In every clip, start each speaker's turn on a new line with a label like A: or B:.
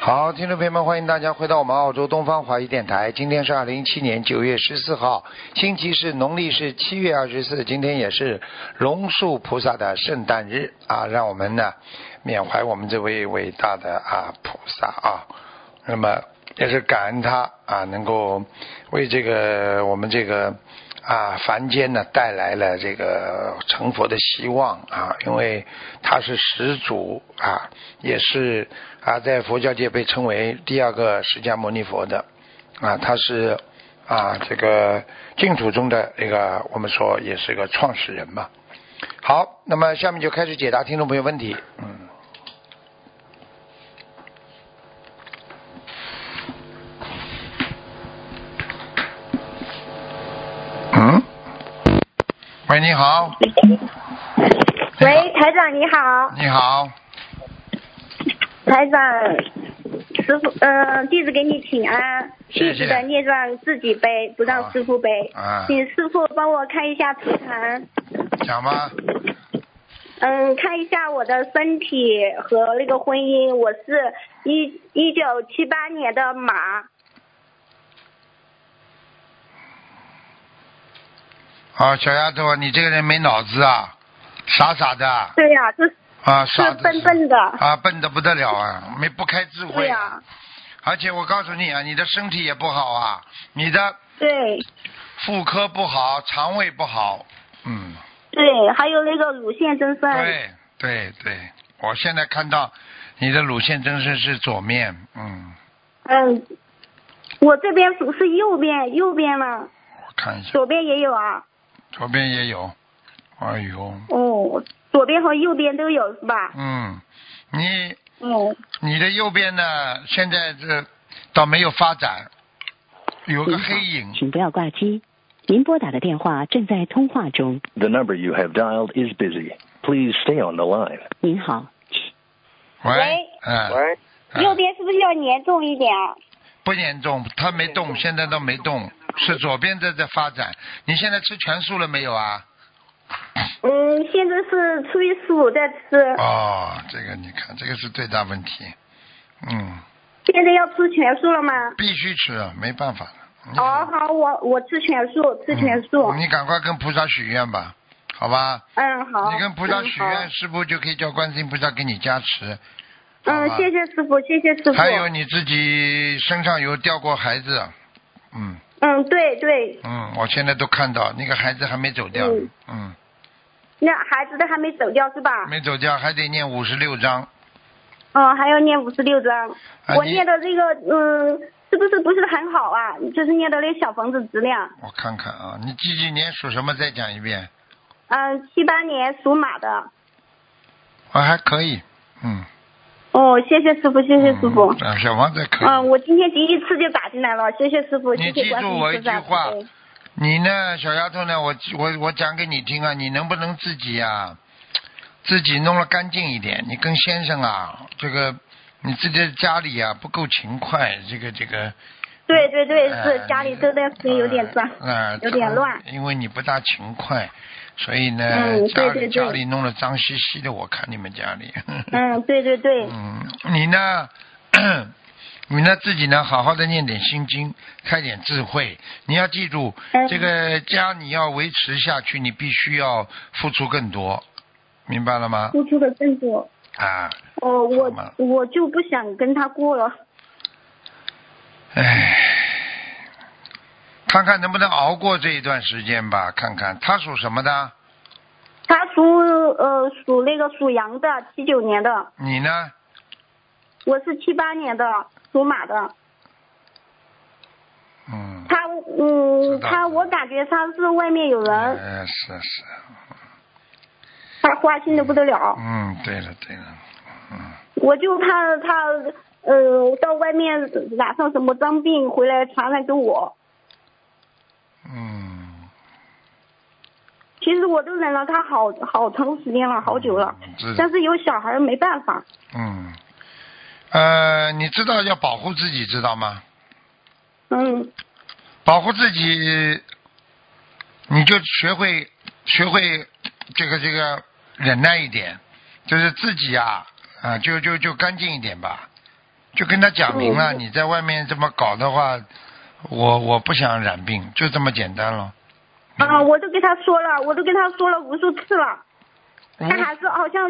A: 好，听众朋友们，欢迎大家回到我们澳洲东方华语电台。今天是二零一七年九月十四号，星期是农历是七月二十四，今天也是龙树菩萨的圣诞日啊！让我们呢缅怀我们这位伟大的啊菩萨啊，那么也是感恩他啊，能够为这个我们这个。啊，凡间呢带来了这个成佛的希望啊，因为他是始祖啊，也是啊，在佛教界被称为第二个释迦牟尼佛的啊，他是啊这个净土中的那个我们说也是个创始人嘛。好，那么下面就开始解答听众朋友问题。嗯，嗯，喂，你好，
B: 喂，台长你好，
A: 你好，
B: 台长，师傅，嗯、弟子给你请安，
A: 谢谢
B: 弟子的孽障自己背，不
A: 好
B: 让师傅背，
A: 啊
B: 请师傅帮我看一下图腾，
A: 讲吧，
B: 嗯，看一下我的身体和那个婚姻，我是一一九七八年的马，
A: 啊，小丫头，你这个人没脑子啊，傻傻的啊
B: 对呀、是
A: 啊，傻
B: 是
A: 的
B: 笨笨的，
A: 啊，笨的不得了啊，没不开智
B: 对
A: 慧、
B: 呀、
A: 而且我告诉你啊，你的身体也不好啊，你的
B: 对
A: 妇科不好，肠胃不好，嗯，
B: 对，还有那个乳腺增生，
A: 对对对，我现在看到你的乳腺增生是左面，嗯，
B: 嗯，我这边是是右边右边吗？
A: 我看一下，
B: 左边也有啊。
A: 左边也有，哎呦，
B: 哦，左边和右边都有是吧？
A: 嗯，你
B: 嗯，
A: 你的右边呢，现在这倒没有发展，有个黑影，
C: 请不要挂机。您拨打的电话正在通话中。
D: The number you have dialed is busy. Please stay on the line.
C: 您好，
A: 喂
B: 喂，
A: 嗯，
E: 喂，
A: 嗯
B: 右边是不是要严重一点啊？
A: 不严重，他没动，现在倒没动，是左边在在发展。你现在吃全素了没有啊？
B: 嗯，现在是初一十五在吃，
A: 哦，这个你看，这个是最大问题。嗯，
B: 现在要吃全素了吗？
A: 必须吃，啊没办法了。
B: 哦，好，我我吃全素，吃全素。
A: 嗯嗯你赶快跟菩萨许愿吧，好吧？
B: 嗯，好。
A: 你跟菩萨许愿，
B: 嗯。
A: 师傅就可以叫观世音菩萨给你加持。
B: 好
A: 好吧
B: 嗯，谢谢师傅，谢谢师傅。
A: 还有你自己身上有掉过孩子，嗯
B: 嗯，对对，
A: 嗯，我现在都看到那个孩子还没走掉，
B: 嗯
A: 嗯，
B: 那孩子都还没走掉是吧？
A: 没走掉还得念五十六章。
B: 嗯，还要念五十六章。
A: 啊
B: 我
A: 你
B: 念的这个，嗯，是不是不是很好啊？就是念的那小房子质量。
A: 我看看啊，你几几年属什么？再讲一遍。
B: 嗯，七八年属马的。
A: 我还可以，嗯。
B: 哦，谢谢师傅，谢谢师傅。
A: 嗯啊小王子可以。
B: 嗯，我今天第一次就打进来了，谢谢师傅，
A: 你
B: 谢
A: 记
B: 谢观世
A: 住
B: 音
A: 我一
B: 菩
A: 句
B: 萨。
A: 话
B: 对，
A: 你呢，小丫头呢？我我我讲给你听啊，你能不能自己啊，自己弄了干净一点？你跟先生啊，这个你自己的家里啊不够勤快，这个这个。
B: 对对对，
A: 呃
B: 是家里这段时间有点乱，
A: 呃呃
B: 有点乱。
A: 因为你不大勤快，所以呢，
B: 嗯对
A: 家里
B: 对对
A: 家里弄得脏兮兮的，我看你们家里。
B: 嗯，对对 对，
A: 嗯，你呢？你呢？自己呢？好好的念点心经，开点智慧。你要记住，
B: 嗯
A: 这个家你要维持下去，你必须要付出更多，明白了吗？
B: 付出的更多。
A: 啊，
B: 哦，我
A: 好嘛
B: 我就不想跟他过了。
A: 看看能不能熬过这一段时间吧。看看他属什么的，
B: 他属呃属那个属羊的，七九年的，
A: 你呢？
B: 我是七八年的，属马的。
A: 嗯，
B: 他
A: 知
B: 嗯，
A: 道
B: 他我感觉他是外面有人，
A: 呃，是是，
B: 他花心的不得了。
A: 嗯，对了对了，嗯，
B: 我就怕他呃到外面染上什么脏病回来传染给我。
A: 嗯，
B: 其实我都忍了他好好长时间了，好久了，
A: 知道
B: 但。是有小孩没办法。
A: 嗯，呃，你知道要保护自己，知道吗？
B: 嗯，
A: 保护自己，你就学会学会这个这个忍耐一点，就是自己啊啊、就就就干净一点吧，就跟他讲明了，
B: 嗯
A: 你在外面这么搞的话，我我不想染病，就这么简单了。
B: 啊，我都跟他说了，我都跟他说了无数次了，
A: 嗯
B: 他还是好像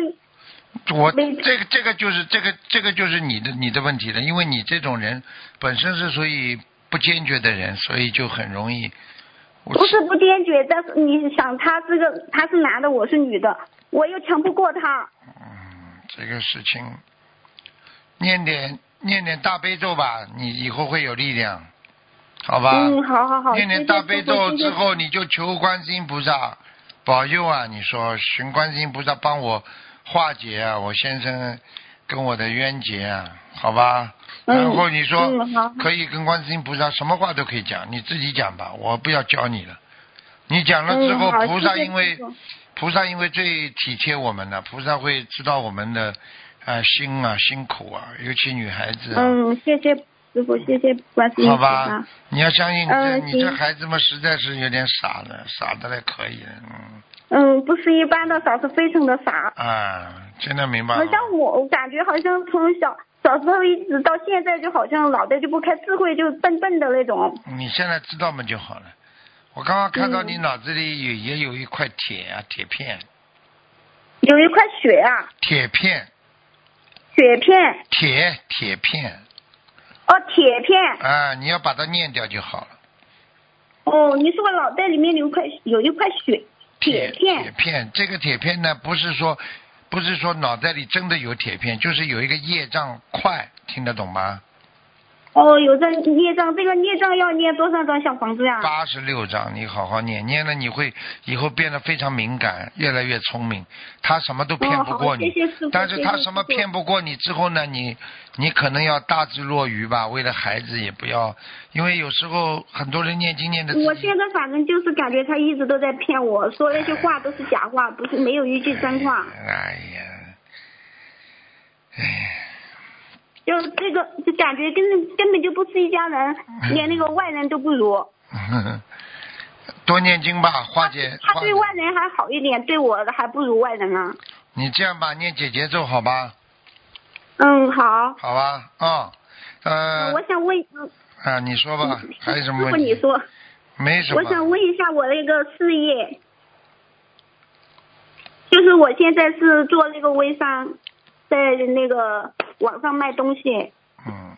A: 我
B: 没
A: 这个这个就是这个这个就是你的你的问题了，因为你这种人本身是属于不坚决的人，所以就很容易。我
B: 不是不坚决，但是你想他这个他是男的，我是女的，我又强不过他。
A: 这个事情，念点念点大悲咒吧，你以后会有力量，好吧？
B: 嗯，好好好，
A: 念
B: 谢谢
A: 念大悲
B: 师傅
A: 咒
B: 谢谢
A: 之后，你就求观世音菩萨保佑啊！你说寻观世音菩萨帮我化解啊，我先生跟我的冤结啊，好吧？
B: 嗯
A: 然后你说、
B: 嗯好
A: 可以跟观世音菩萨什么话都可以讲，你自己讲吧，我不要教你了。你讲了之后，
B: 嗯好
A: 菩萨
B: 谢谢
A: 因为
B: 师父
A: 菩萨因为最体贴我们了，菩萨会知道我们的啊、呃心啊辛苦啊，尤其女孩子啊。
B: 嗯，谢谢师傅，谢谢观世音
A: 好
B: 菩
A: 吧
B: 萨。，
A: 你要相信你这、
B: 嗯
A: 你这
B: 行
A: 孩子们实在是有点傻了，傻的来可以了，嗯
B: 嗯，不是一般的傻，是非常的傻。
A: 啊，现在明白
B: 好
A: 了。
B: 像我感觉好像从小小时候一直到现在，就好像脑袋就不开智慧，就笨笨的那种。
A: 你现在知道嘛就好了。我刚刚看到
B: 嗯
A: 你脑子里有、也有一块铁啊，铁片，
B: 有一块血啊，
A: 铁片，
B: 血片
A: 铁铁片
B: 哦，铁片
A: 啊，你要把它念掉就好了。
B: 哦，你说我脑袋里面有一块有一块血
A: 铁
B: 铁片
A: 片，这个铁片呢，不是说不是说脑袋里真的有铁片，就是有一个业障块，听得懂吗？
B: 哦，有这孽障，这个孽障要念多少张小房子呀、
A: 八十六章，你好好念，念了你会以后变得非常敏感，越来越聪明。他什么都骗不过你，
B: 哦好谢谢师父
A: 但是他
B: 谢谢
A: 什么
B: 师父
A: 骗不过你之后呢，你你可能要大智若愚吧。为了孩子也不要，因为有时候很多人念经念的自
B: 我
A: 己
B: 现在反正就是感觉他一直都在骗我，说那些话都是假话，不是没有一句真话。
A: 哎呀，
B: 就是这个，就感觉根根本就不是一家人，连那个外人都不如。
A: 呵呵 多念经吧，化解
B: 他
A: 化解
B: 对。外人还好一点，对我还不如外人啊。
A: 你这样吧，念姐姐咒好吧，
B: 嗯，好。嗯
A: 好吧，啊、呃
B: 我想问，嗯
A: 啊，你说吧，还有什么
B: 师傅
A: 问
B: 你
A: 题？
B: 说，
A: 没什么。
B: 我想问一下我那个事业，就是我现在是做那个微商，在那个网上卖东西。
A: 嗯，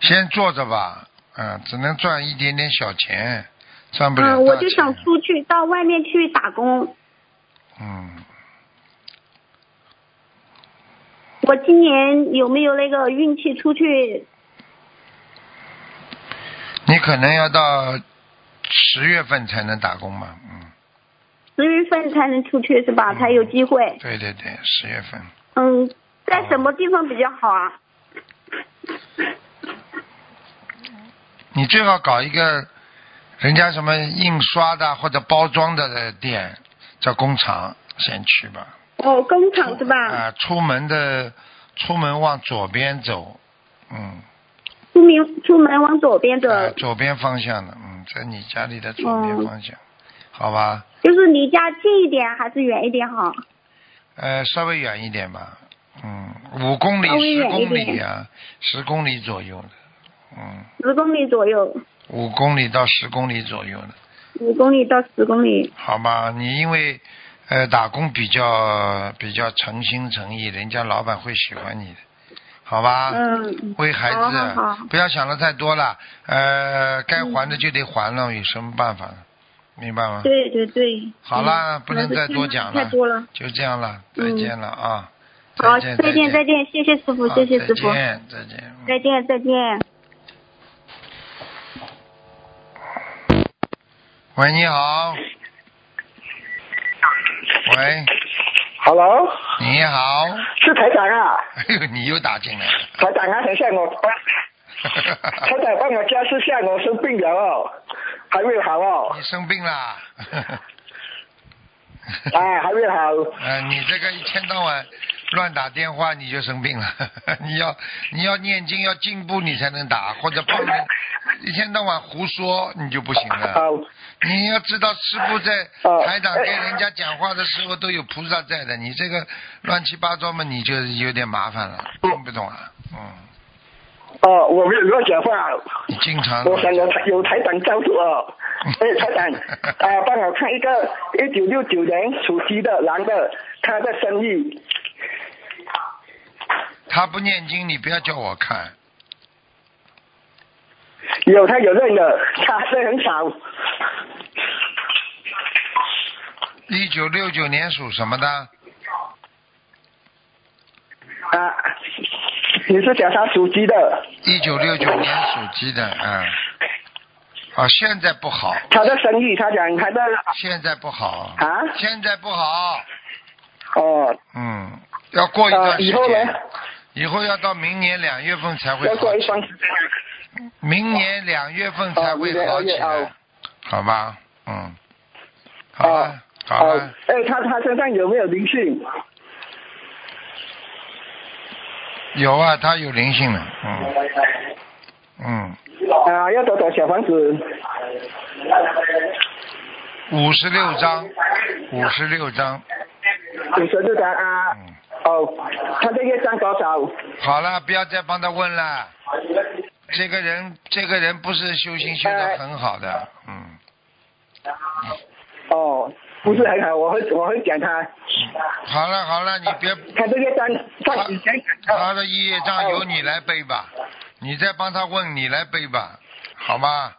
A: 先坐着吧，嗯，只能赚一点点小钱，赚不了大钱。
B: 嗯，我就想出去到外面去打工。
A: 嗯，
B: 我今年有没有那个运气出去？
A: 你可能要到十月份才能打工吧，嗯，
B: 十月份才能出去是吧？
A: 嗯
B: 才有机会。
A: 对对对，十月份，
B: 嗯，在什么地方比较好啊？
A: 你最好搞一个人家什么印刷的或者包装的的店，叫工厂，先去吧。
B: 哦，工厂是
A: 啊、
B: 吧？
A: 出门的，出门往左边走，嗯。
B: 出门出门往左边走，
A: 呃，左边方向的，嗯，在你家里的左边方向，好吧？
B: 就是离家近一点还是远一点好？
A: 呃，稍微远一点吧，嗯，五公里
B: 稍、微
A: 十
B: 远一
A: 公里
B: 点
A: 啊，十公里左右的，嗯，
B: 十公里左右，
A: 五公里到十公里左右的，
B: 五公里到十公里。
A: 好吧？你因为呃打工比较比较诚心诚意，人家老板会喜欢你的，好吧？
B: 嗯，
A: 为孩
B: 好
A: 子，
B: 好好
A: 不要想的太多了，呃，该还的就得还了，有什么办法呢？明白吗？
B: 对对对。
A: 啊
B: 嗯
A: 好啦，不能再多讲嗯
B: 太多了。
A: 就这样了，再见了啊！
B: 嗯好，
A: 见，
B: 再见
A: 见，
B: 再见，谢谢师傅，
A: 啊
B: 谢谢师傅
A: 再，见，再见。嗯
B: 再见再见。
A: 喂，你好。喂，
E: Hello，
A: 你好。
E: 是台长啊，
A: 哎呦，你又打进来了。
E: 台长刚才向 我，台长帮我加持下，我生病了哦，还未好哦
A: 你，生病啦？
E: 啊，还未好，
A: 呃，你这个一天到晚乱打电话你就生病了。 你要你要念经要进步你才能打，或者帮 人一天到晚胡说你就不行了。
E: 啊，
A: 你要知道师傅在
E: 哦
A: 台长跟人家讲话的时候都有菩萨在的，你这个乱七八糟嘛你就有点麻烦了，听不懂啊？嗯，
E: 哦，我没有乱讲话，
A: 你经常
E: 我想有台有台长照顾 哦。哎，台长，啊，帮我看一个一九六九年属鸡的男的，他的生意
A: 他不念经你不要叫我看。
E: 有他有认的，他是很少。
A: 一九六九年属什么的？
E: 啊，你是讲他属鸡的，
A: 一九六九年属鸡的，嗯，啊，现在不好，
E: 他的生意，他讲他的
A: 现在不好，
E: 啊，
A: 现在不好，
E: 哦，
A: 嗯，要过一
E: 啊，
A: 段时
E: 以后呢
A: 间，？以后要到明年两月份才会
E: 要
A: 好
E: 过一
A: 起，
E: 段时间。
A: 明年两月份才会好起
E: 哦明年二月哦
A: 来，好吧，嗯，好了，好
E: 哦
A: 了，，
E: 哎，他他身上有没有灵性？
A: 有啊，他有灵性了，嗯嗯，
E: 啊，要多少小房子？
A: 五十六张，五十六张，
E: 五十六张啊。
A: 嗯，
E: 哦，他这个张多少？
A: 好了，不要再帮他问了。这个人，这个人不是修行修
E: 哎
A: 得很好的，嗯，
E: 哦，不是很好，我会我会讲他。
A: 好了好了，你别，
E: 他这个张他以前
A: 他的业障由你来背吧，你再帮他问，你来背吧，好吗？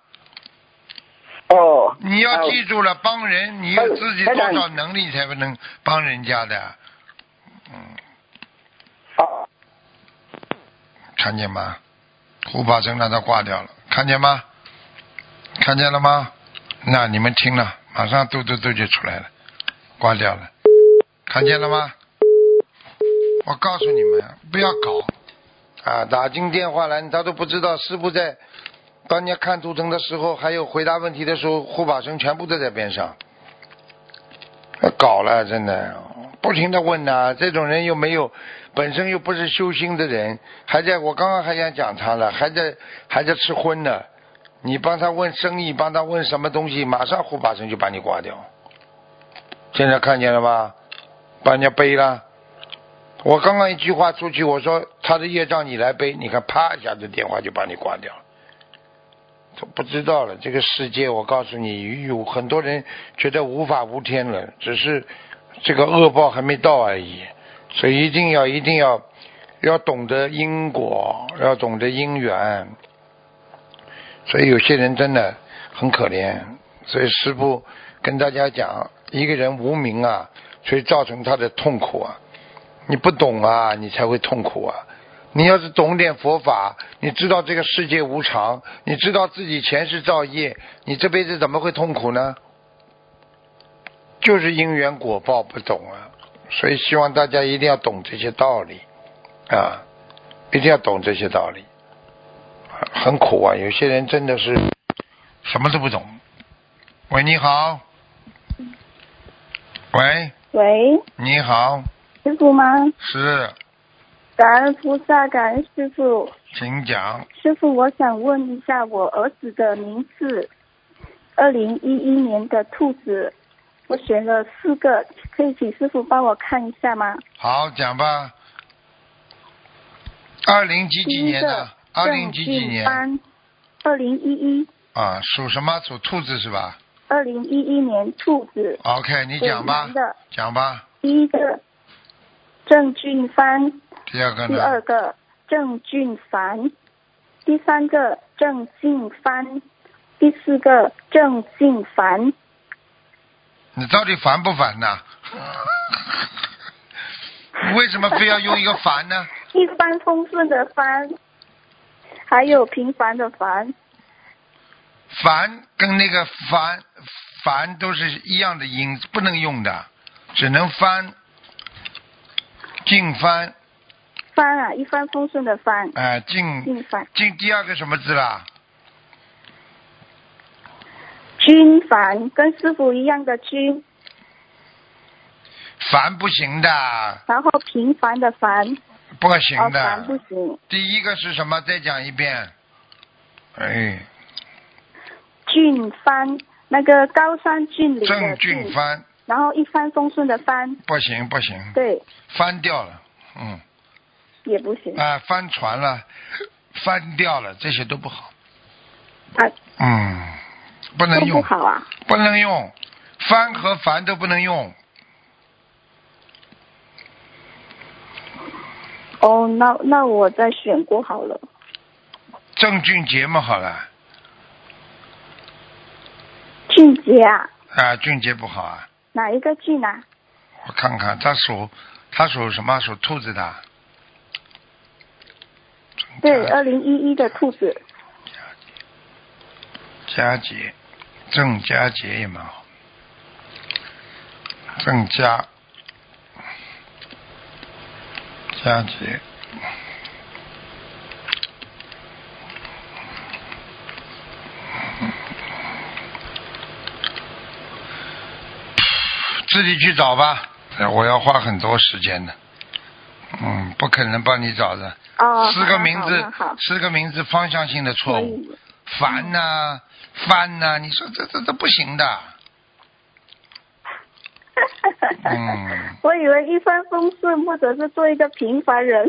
E: 哦，
A: 你要记住了，帮人你有自己多
E: 嗯
A: 少
E: 台长
A: 能力才能帮人家的，嗯，
E: 哦，
A: 看见吗？护法神让他挂掉了，看见吗？看见了吗？那你们听了，马上嘟嘟嘟就出来了，挂掉了，看见了吗？我告诉你们，不要搞啊！打进电话来，他都不知道师傅在帮人家看图腾的时候，还有回答问题的时候，护法神全部都在边上。搞了，真的不停的问呐、这种人又没有，本身又不是修心的人，还在我刚刚还想讲他了，还在还在吃荤呢。你帮他问生意，帮他问什么东西，马上护法神就把你挂掉。现在看见了吧？把人家背了。我刚刚一句话出去，我说他的业障你来背，你看啪一下子电话就把你挂掉了。都不知道了，这个世界我告诉你，有很多人觉得无法无天了，只是这个恶报还没到而已。所以一定要一定要要懂得因果，要懂得因缘。所以有些人真的很可怜。所以师父跟大家讲，一个人无名啊，所以造成他的痛苦啊。你不懂啊，你才会痛苦啊。你要是懂点佛法，你知道这个世界无常，你知道自己前世造业，你这辈子怎么会痛苦呢？就是因缘果报不懂啊，所以希望大家一定要懂这些道理啊，一定要懂这些道理，很苦啊。有些人真的是什么都不懂。喂，你好。喂，
F: 喂，
A: 你好，
F: 师傅吗？
A: 是，
F: 感恩菩萨，感恩师傅。
A: 请讲。
F: 师傅，我想问一下我儿子的名字，二零一一年的兔子，我选了四个，可以请师傅帮我看一下吗？
A: 好，讲吧。二零几几年的？二零几几年？
F: 二零一一，
A: 啊，属什么？属兔子是吧
F: 二零一一年兔子，
A: ？OK，你讲吧
F: 属，男的
A: 讲吧。
F: 第一个郑俊帆，
A: 第二个
F: 第
A: 呢？
F: 二个郑俊凡，第三个郑静帆，第四个郑静凡。
A: 你到底烦不烦呐？ 为什么非要用一个烦呢？
F: 一帆风顺的帆，还有平凡的凡。
A: 烦跟那个烦烦都是一样的音，不能用的，只能翻，净翻，
F: 帆啊，一帆风顺的帆，
A: 哎、净
F: 进帆，
A: 净第二个什么字啦？
F: 军帆跟师傅一样的军，
A: 烦不行的，
F: 然后平凡的凡，
A: 不行
F: 哦，
A: 的。
F: 凡不行，
A: 第一个是什么？再讲一遍。哎，
F: 俊帆，那个高山峻岭的
A: 郑俊，帆
F: 然后一帆风顺的帆，
A: 不行不行，
F: 对，
A: 翻掉了，嗯
F: 也不行
A: 啊、翻船了，翻掉了，这些都不好，
F: 啊，
A: 嗯，不能
F: 都不
A: 用，
F: 好啊，
A: 不能用，翻和凡都不能用，
F: 哦，那那我再选过好了，
A: 郑俊杰嘛好了，啊、
F: 俊杰啊，
A: 俊杰不好啊，
F: 哪一个俊啊？
A: 我看看，他属他属什么？属兔子的。
F: 对，二零一一的兔子，
A: 佳节，郑佳节也蛮好。郑佳，佳节，自己去找吧，哎我要花很多时间的。嗯，不可能帮你找的。
F: 哦，
A: 四个
F: 好
A: 名
F: 好
A: 字
F: 好，
A: 四个名字方向性的错
F: 可
A: 误。
F: 以，
A: 烦呐、翻呐、你说这这这不行的。嗯
F: 我以为一帆风顺或者是做一个平凡人，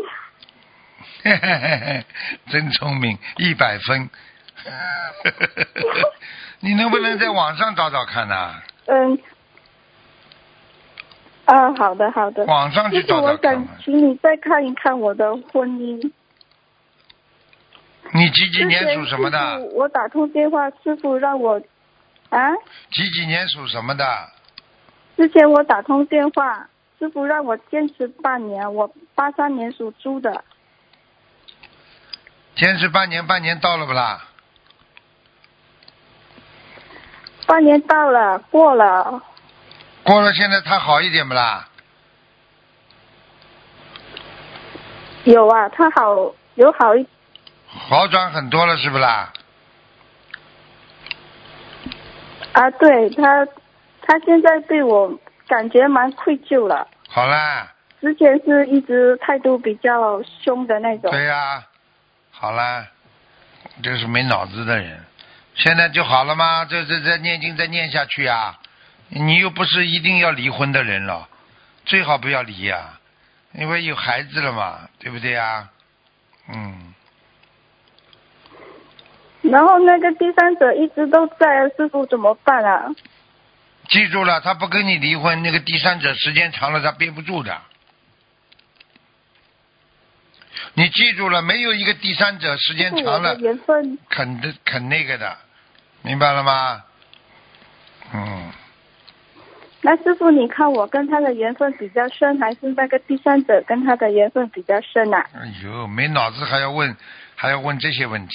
A: 嘿嘿嘿嘿， 真聪明，一百分。 你能不能在网上找找看呐、
F: 嗯，啊，好的好的，
A: 网上
F: 就
A: 去
F: 是
A: 找
F: 我
A: 找看
F: 想
A: 嘛。
F: 请你再看一看我的婚姻。
A: 你几几年
F: 之前
A: 属什么
F: 师
A: 的？
F: 傅我打通电话，师傅让我啊，
A: 几几年属什么的？
F: 之前我打通电话，师傅让我坚持半年。我八三年属猪的，
A: 坚持半年，半年到了不啦？
F: 半年到了，过了，
A: 过了现在他好一点不啦？
F: 有啊，他好有好一
A: 好转很多了是不啦？
F: 啊，对他，他现在对我感觉蛮愧疚了。
A: 好啦，
F: 之前是一直态度比较凶的那种，
A: 对呀、好啦，这是没脑子的人。现在就好了吗？这这这念经再念下去啊！你又不是一定要离婚的人了，最好不要离呀、因为有孩子了嘛，对不对呀、嗯，
F: 然后那个第三者一直都在，师傅怎么办啊？
A: 记住了，他不跟你离婚，那个第三者时间长了他憋不住的。你记住了，没有一个第三者时间
F: 是我
A: 长了
F: 的缘分。
A: 啃的啃那个的，明白了吗？嗯，
F: 那师傅，你看我跟他的缘分比较深，还是那个第三者跟他的缘分比较深啊？
A: 哎呦，没脑子还要问还要问这些问题。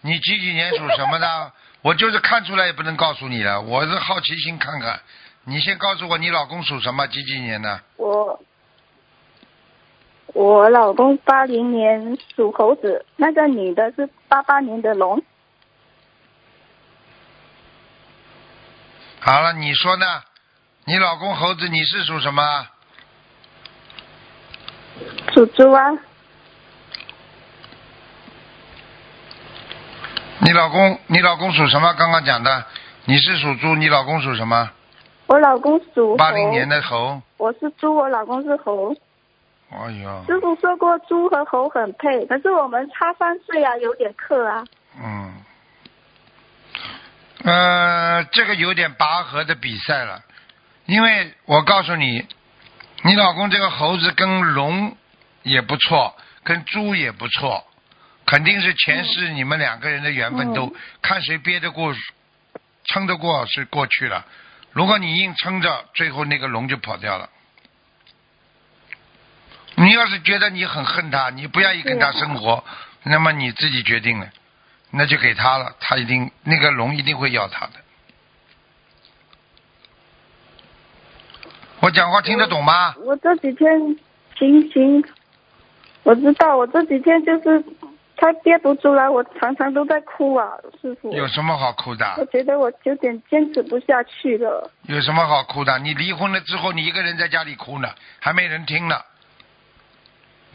A: 你几几年属什么的？我就是看出来也不能告诉你了，我是好奇心看看。你先告诉我你老公属什么？几几年的？
F: 我我老公八零年属猴子，那个女的是八八年的龙，
A: 好了，你说呢？你老公猴子，你是属什么？
F: 属猪啊。
A: 你老公，你老公属什么？刚刚讲的，你是属猪，你老公属什么？
F: 我老公属猴
A: 八零年，的猴。
F: 我是猪，我老公是猴。
A: 哎呦，
F: 师傅说过猪和猴很配，可是我们差三岁啊，有点克啊。
A: 嗯，呃，这个有点拔河的比赛了，因为我告诉你，你老公这个猴子跟龙也不错，跟猪也不错，肯定是前世你们两个人的缘分都、看谁憋得过，撑得过是过去了。如果你硬撑着，最后那个龙就跑掉了。你要是觉得你很恨他，你不愿意跟他生活，那么你自己决定了，那就给他了，他一定那个龙一定会要他的。我讲话听得懂吗？
F: 我这几天行行，我知道，我这几天就是他憋不住了，我常常都在哭啊，师傅。
A: 有什么好哭
F: 我
A: 的？
F: 觉得我有点坚持不下去了。
A: 有什么好哭的？你离婚了之后，你一个人在家里哭呢，还没人听呢。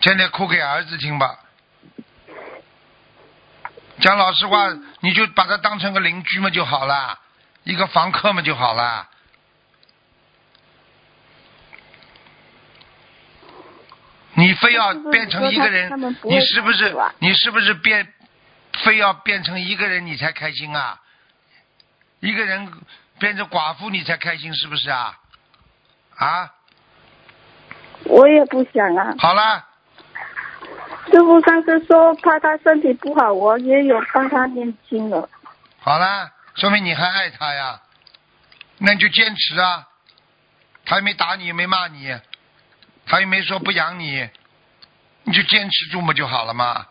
A: 现在哭给儿子听吧。讲老实
F: 嗯
A: 话，你就把他当成个邻居嘛就好了，一个房客嘛就好了。你非要
F: 是不是
A: 变成一个人
F: 他们，不会
A: 你是不
F: 相
A: 是
F: 处啊
A: 你是不是变，非要变成一个人你才开心啊？一个人变成寡妇你才开心是不是啊？啊，
F: 我也不想啊。
A: 好了，
F: 师傅上次说怕他身体不好，我也有帮他念经了。
A: 好了，说明你还爱他呀，那你就坚持啊。他又没打你，也没骂你，他又没说不养你，你就坚持住不就好了嘛？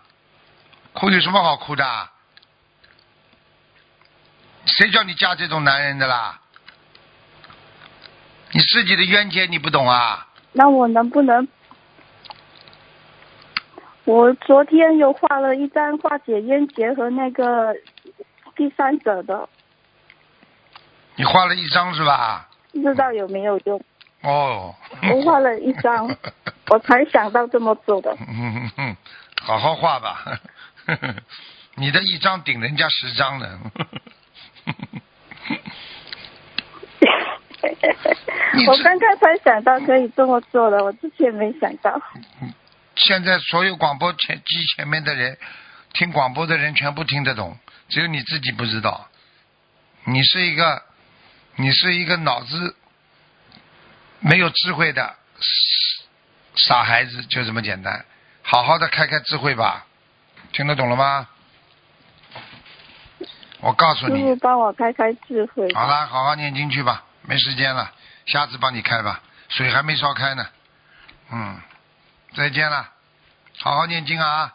A: 哭有什么好哭的？啊谁叫你嫁这种男人的啦？你自己的冤结你不懂啊？
F: 那我能不能？我昨天又画了一张化解冤结和那个第三者的，
A: 你画了一张是吧？
F: 不知道有没有用？
A: 哦，，
F: 我画了一张 我才想到这么做的。
A: 嗯，哼， 好好画吧。你的一张顶人家十张呢。 你
F: 我
A: 这
F: 刚刚才想到可以这么做的，我之前没想到。
A: 现在所有广播前机前面的人，听广播的人全部听得懂，只有你自己不知道。你是一个，你是一个脑子没有智慧的傻傻孩子，就这么简单。好好的开开智慧吧，听得懂了吗？我告诉
F: 师
A: 你，
F: 傅帮我开开智慧。
A: 好啦，好好念经去吧，没时间了，下次帮你开吧，水还没烧开呢。嗯，再见了，好好念经啊，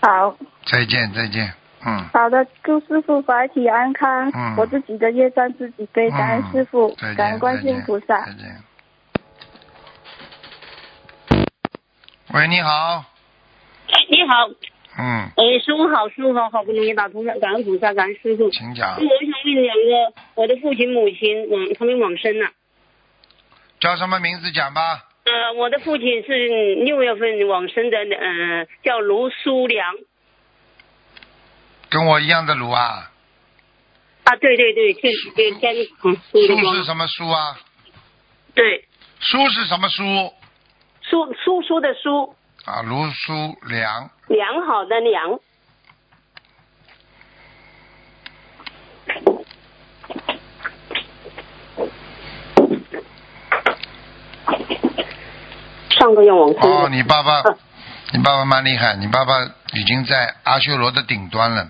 F: 好
A: 再见再见，嗯，
F: 好的，祝师傅法体安康。
A: 嗯
F: 我自己的业障自己背，感恩
A: 嗯
F: 师傅
A: 再见，
F: 感恩观世
A: 再
F: 音
A: 见
F: 菩萨
A: 再。见。喂，你好，
G: 你好，
A: 嗯，
G: 哎，师傅好，师傅好，好不容易打通了，感恩菩萨，感恩师傅。
A: 请讲
G: 师，傅，我想问两个，我的父亲、母亲往他们往生了。啊
A: 叫什么名字讲吧？
G: 呃，我的父亲是六月份往生的，呃，叫卢书良。
A: 跟我一样的卢啊，
G: 啊，对对对，这这天，嗯，对对
A: 苏是什么苏啊？
G: 对，
A: 苏是什么苏？
G: 叔叔叔的叔，
A: 啊，卢苏良，
G: 良好的良。上个月往生
A: 哦，
G: 的。
A: 你爸爸，你爸爸蛮厉害，你爸爸已经在阿修罗的顶端了。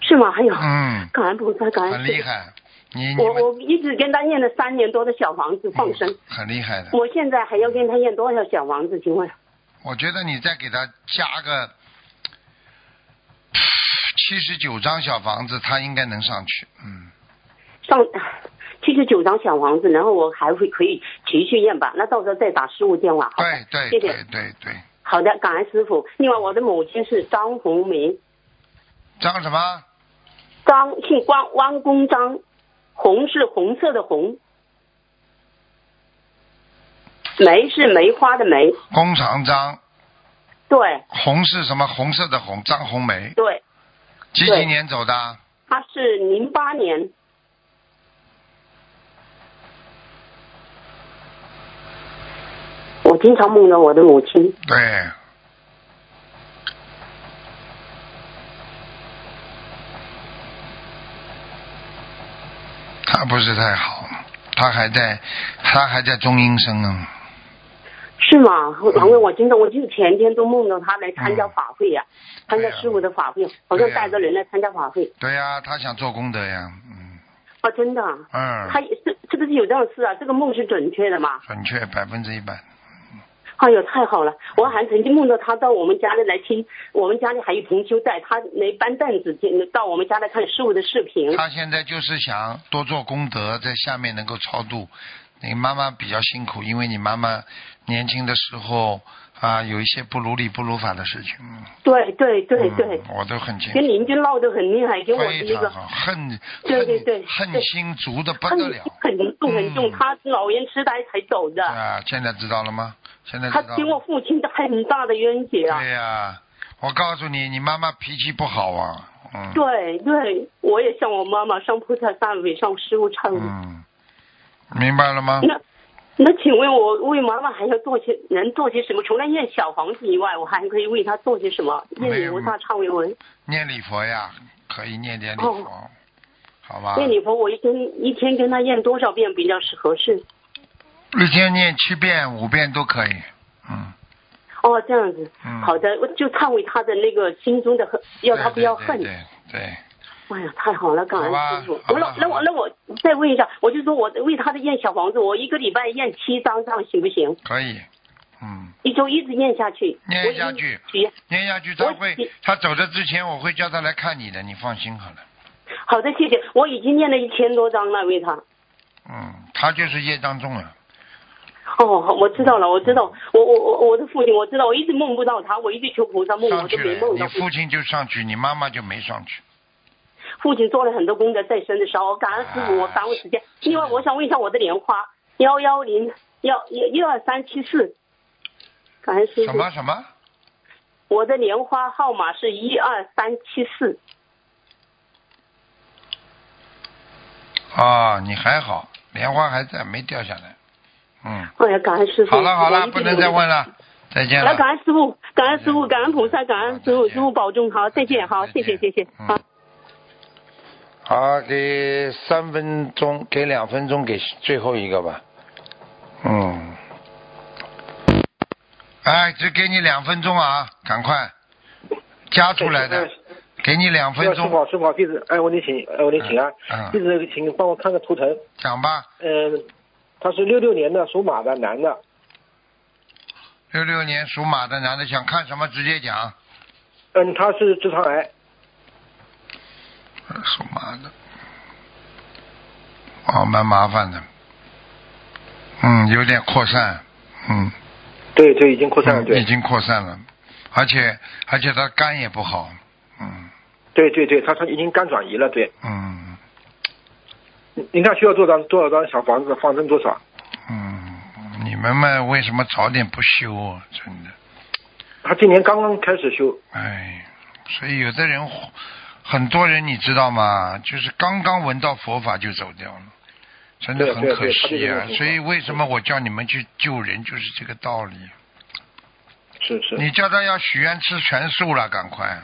G: 是吗？还有，
A: 嗯，
G: 感恩菩萨，感
A: 很
G: 恩
A: 厉
G: 师
A: 害。你
G: 傅。
A: 你
G: 我
A: 们嗯
G: 我一直跟他念了三年多的小房子放生，
A: 很厉害的。
G: 我现在还要跟他念多少小房子？请问？
A: 我觉得你再给他加个七十九张小房子，他应该能上去。嗯，
G: 上七十九张小房子，然后我还会可以持续验吧。那到时候再打师傅电话。好的
A: 对对
G: 谢
A: 对
G: 谢。
A: 对对。
G: 好的，感恩师傅。另外，我的母亲是张红梅，
A: 张什么？
G: 张姓汪汪公张，红是红色的红，梅是梅花的梅。
A: 弓长张，
G: 对
A: 红是什么？红色的红，张红梅。
G: 对，
A: 几几
G: 对
A: 年走的啊？
G: 她是零八年，我经常梦到我的母亲。
A: 对，他不是太好，他还在，他还在中阴身啊呢。
G: 是吗？然后我经常，我就前天都梦到他来参加法会呀、参加
A: 对呀
G: 师傅的法会，好像带着人来参加法会。
A: 对呀、他想做功德呀，嗯
G: 啊，真的啊，他
A: 嗯，
G: 是是不是有这样的事啊？这个梦是准确的嘛？
A: 准确百分之一百。
G: 哎呦，太好了！我还曾经梦到他到我们家里来听，我们家里还有同修在，他没搬凳子进到我们家来看师傅的视频。
A: 他现在就是想多做功德，在下面能够超度。你妈妈比较辛苦，因为你妈妈年轻的时候啊，有一些不如理不如法的事情。嗯
G: 对对对对
A: 嗯，，我都很清楚
G: 跟。邻居闹得很厉害，给我的
A: 非
G: 一个
A: 常好，恨恨
G: 对对对
A: 恨
G: 对
A: 心足的不
G: 恨
A: 得了
G: 很重很重，
A: 嗯
G: 他老人痴呆才走的，
A: 啊！现在知道了吗？现在知
G: 他
A: 道
G: 给我
A: 了。
G: 父亲的很大的冤结啊
A: 对。呀、我告诉你，你妈妈脾气不好啊。嗯。
G: 对对，我也向我妈妈上菩萨忏悔，上师傅忏悔。
A: 嗯，明白了吗？
G: 那那请问我为妈妈还要做些能做些什么？除了念小房子以外，我还可以为她做些什么？念
A: 没
G: 礼
A: 有
G: 菩萨忏悔文，
A: 念礼佛呀，可以念点礼佛，好吧？
G: 哦念礼佛，我一天一天跟她念多少遍比较适合适？
A: 一天念七遍、五遍都可以。嗯，
G: 哦，这样子，
A: 嗯
G: 好的，我就忏悔她的那个心中的恨，要她不要恨。
A: 对对对对，
G: 哎呀，太好了，感
A: 好吧
G: 恩师傅。
A: 好
G: 我
A: 吧
G: 老那我那我再问一下，我就说我为她的验小房子，我一个礼拜验七张，这样行不行？
A: 可以。嗯，
G: 一周一直验下去。
A: 念
G: 我已经
A: 下去
G: 许
A: 念下去他
G: 我
A: 会
G: 你，
A: 他走的之前我会叫他来看你的，你放心好了。
G: 好的，谢谢。我已经念了一千多张了，为她。
A: 嗯，他就是业障重了。
G: 哦，好我知道了，我知道，我我我我的父亲，我知道，我一直梦不到他，我一直求菩萨梦，我
A: 上
G: 都
A: 去
G: 没
A: 了，
G: 梦
A: 你
G: 到。
A: 父亲就上去，你妈妈就没上去。
G: 父亲做了很多功德在身的时候，感恩师傅，我耽误时间。另外，我想问一下我的莲花幺幺零幺幺二三七四，感恩师
A: 什
G: 傅，
A: 么什么？
G: 我的莲花号码是一二三七四，
A: 啊，你还好，莲花还在，没掉下来。嗯，
G: 哎呀，感恩师傅。
A: 好了好
G: 我
A: 了，
G: 一直
A: 不能再问了，再见
G: 好
A: 了嗯
G: 了，。感恩师傅，感恩师傅，感恩菩萨，感恩师
A: 好再
G: 傅，
A: 见
G: 师傅保重，好，再见，好，谢谢，谢谢，好。
A: 嗯。好，给三分钟，给两分钟，给最后一个吧。嗯。哎，只给你两分钟啊，赶快加出来的
H: 哎，
A: 给你两分
H: 师傅
A: 钟，
H: 好，师傅好，弟子，哎，我得请，哎，我得请安
A: 嗯嗯，
H: 弟子，请帮我看个图腾，
A: 讲吧。
H: 嗯，他是六六年的，属马的男的，
A: 六六年属马的男的想看什么直接讲，
H: 嗯，他是直肠癌，
A: 属马的，哦，蛮麻烦的，嗯，有点扩散，嗯。
H: 对对，已经扩散了，
A: 嗯
H: 对
A: 已，经扩散了，而且而且他肝也不好，嗯
H: 对对对，他他已经肝转移了，对，
A: 嗯
H: 您您看需要多少张多少张小房子放生多少？
A: 嗯，你们嘛为什么早点不修啊？真的，
H: 他今年刚刚开始修，
A: 哎，所以有的人，很多人你知道吗？就是刚刚闻到佛法就走掉了。真的
H: 对
A: 很
H: 对
A: 可
H: 对他就是
A: 惜
H: 这种
A: 啊
H: 情！况
A: 所以为什么我叫你们去救人，就是这个道理。
H: 是是，
A: 你叫他要许愿吃全素了，赶快，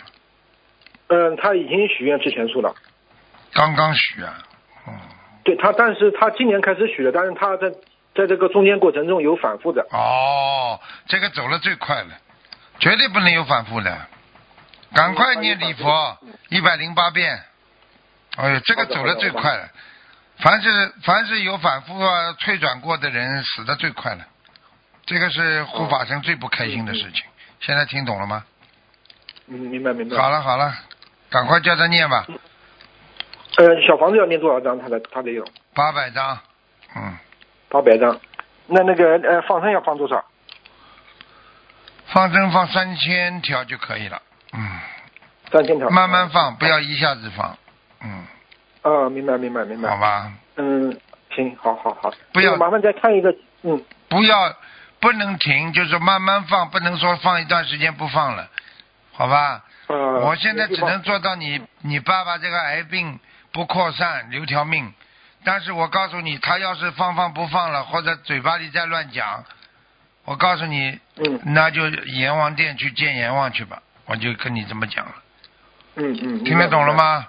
H: 嗯，他已经许愿吃全素了，
A: 刚刚许啊，
H: 对他，但是他今年开始许的，但是他在在这个中间过程中有反复的，
A: 哦，这个走了最快了，绝对不能有反复的，赶快念礼佛一百零八遍。哎呦，这个走了最快了，凡是凡是有反复啊退转过的人，死的最快了。这个是护法神最不开心的事情。现在听懂了吗？
H: 嗯，明白明白。
A: 好了好了，赶快叫他念吧，
H: 呃，小房子要念多少张？他的他得有
A: 八百张。嗯，
H: 八百张。那那个呃，放生要放多少？
A: 放生放三千条就可以了。嗯，
H: 三千条。
A: 慢慢放，不要一下子放。嗯，
H: 啊，明白明白明
A: 好
H: 白。
A: 吧。
H: 嗯，行，好好好。
A: 不要
H: 那个麻烦再看一个，嗯，
A: 不要不能停，就是慢慢放，不能说放一段时间不放了，好吧？
H: 呃，
A: 我现在只能
H: 没地
A: 做到你你爸爸这个癌病不扩散，留条命。但是我告诉你，他要是放放不放了，或者嘴巴里再乱讲，我告诉你，
H: 嗯
A: 那就阎王殿去见阎王去吧。我就跟你这么讲了，
H: 方嗯嗯，
A: 听得懂了
H: 明白？
A: 吗？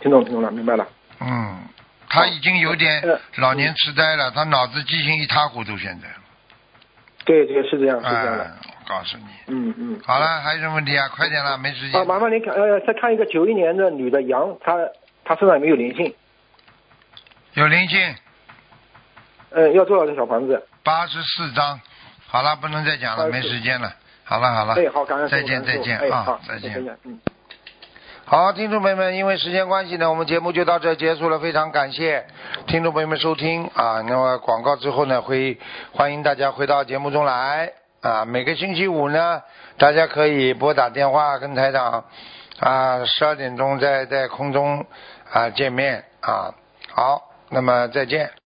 H: 听懂听懂了，明白了。
A: 嗯，他已经有点
H: 呃
A: 老年痴呆了，他脑子记性一塌糊涂，现在。
H: 对对，啊是这样是这样
A: 哎
H: 的。，
A: 我告诉你。
H: 嗯嗯。
A: 好了，还有什么问题啊？快点了，没时
H: 啊，
A: 间。
H: 麻烦您看呃，再看一个九一年的女的羊，她她身上有没有灵性？
A: 有灵性，
H: 呃，要多少张小房子？
A: 八十四章。好了，不能再讲了，
H: 84
A: 没时间了。好了好了，
H: 哎，好，感恩师
A: 再
H: 傅
A: 见
H: 感
A: 再
H: 恩师
A: 见
H: 傅哎，
A: 啊
H: 好，，
A: 再
H: 再
A: 见。
H: 见，嗯。
A: 好，听众朋友们，因为时间关系呢，我们节目就到这结束了，非常感谢听众朋友们收听啊。那么广告之后呢，会欢迎大家回到节目中来。啊，每个星期五呢，大家可以拨打电话跟台长啊，十二点钟在在空中啊见面啊。好，那么再见。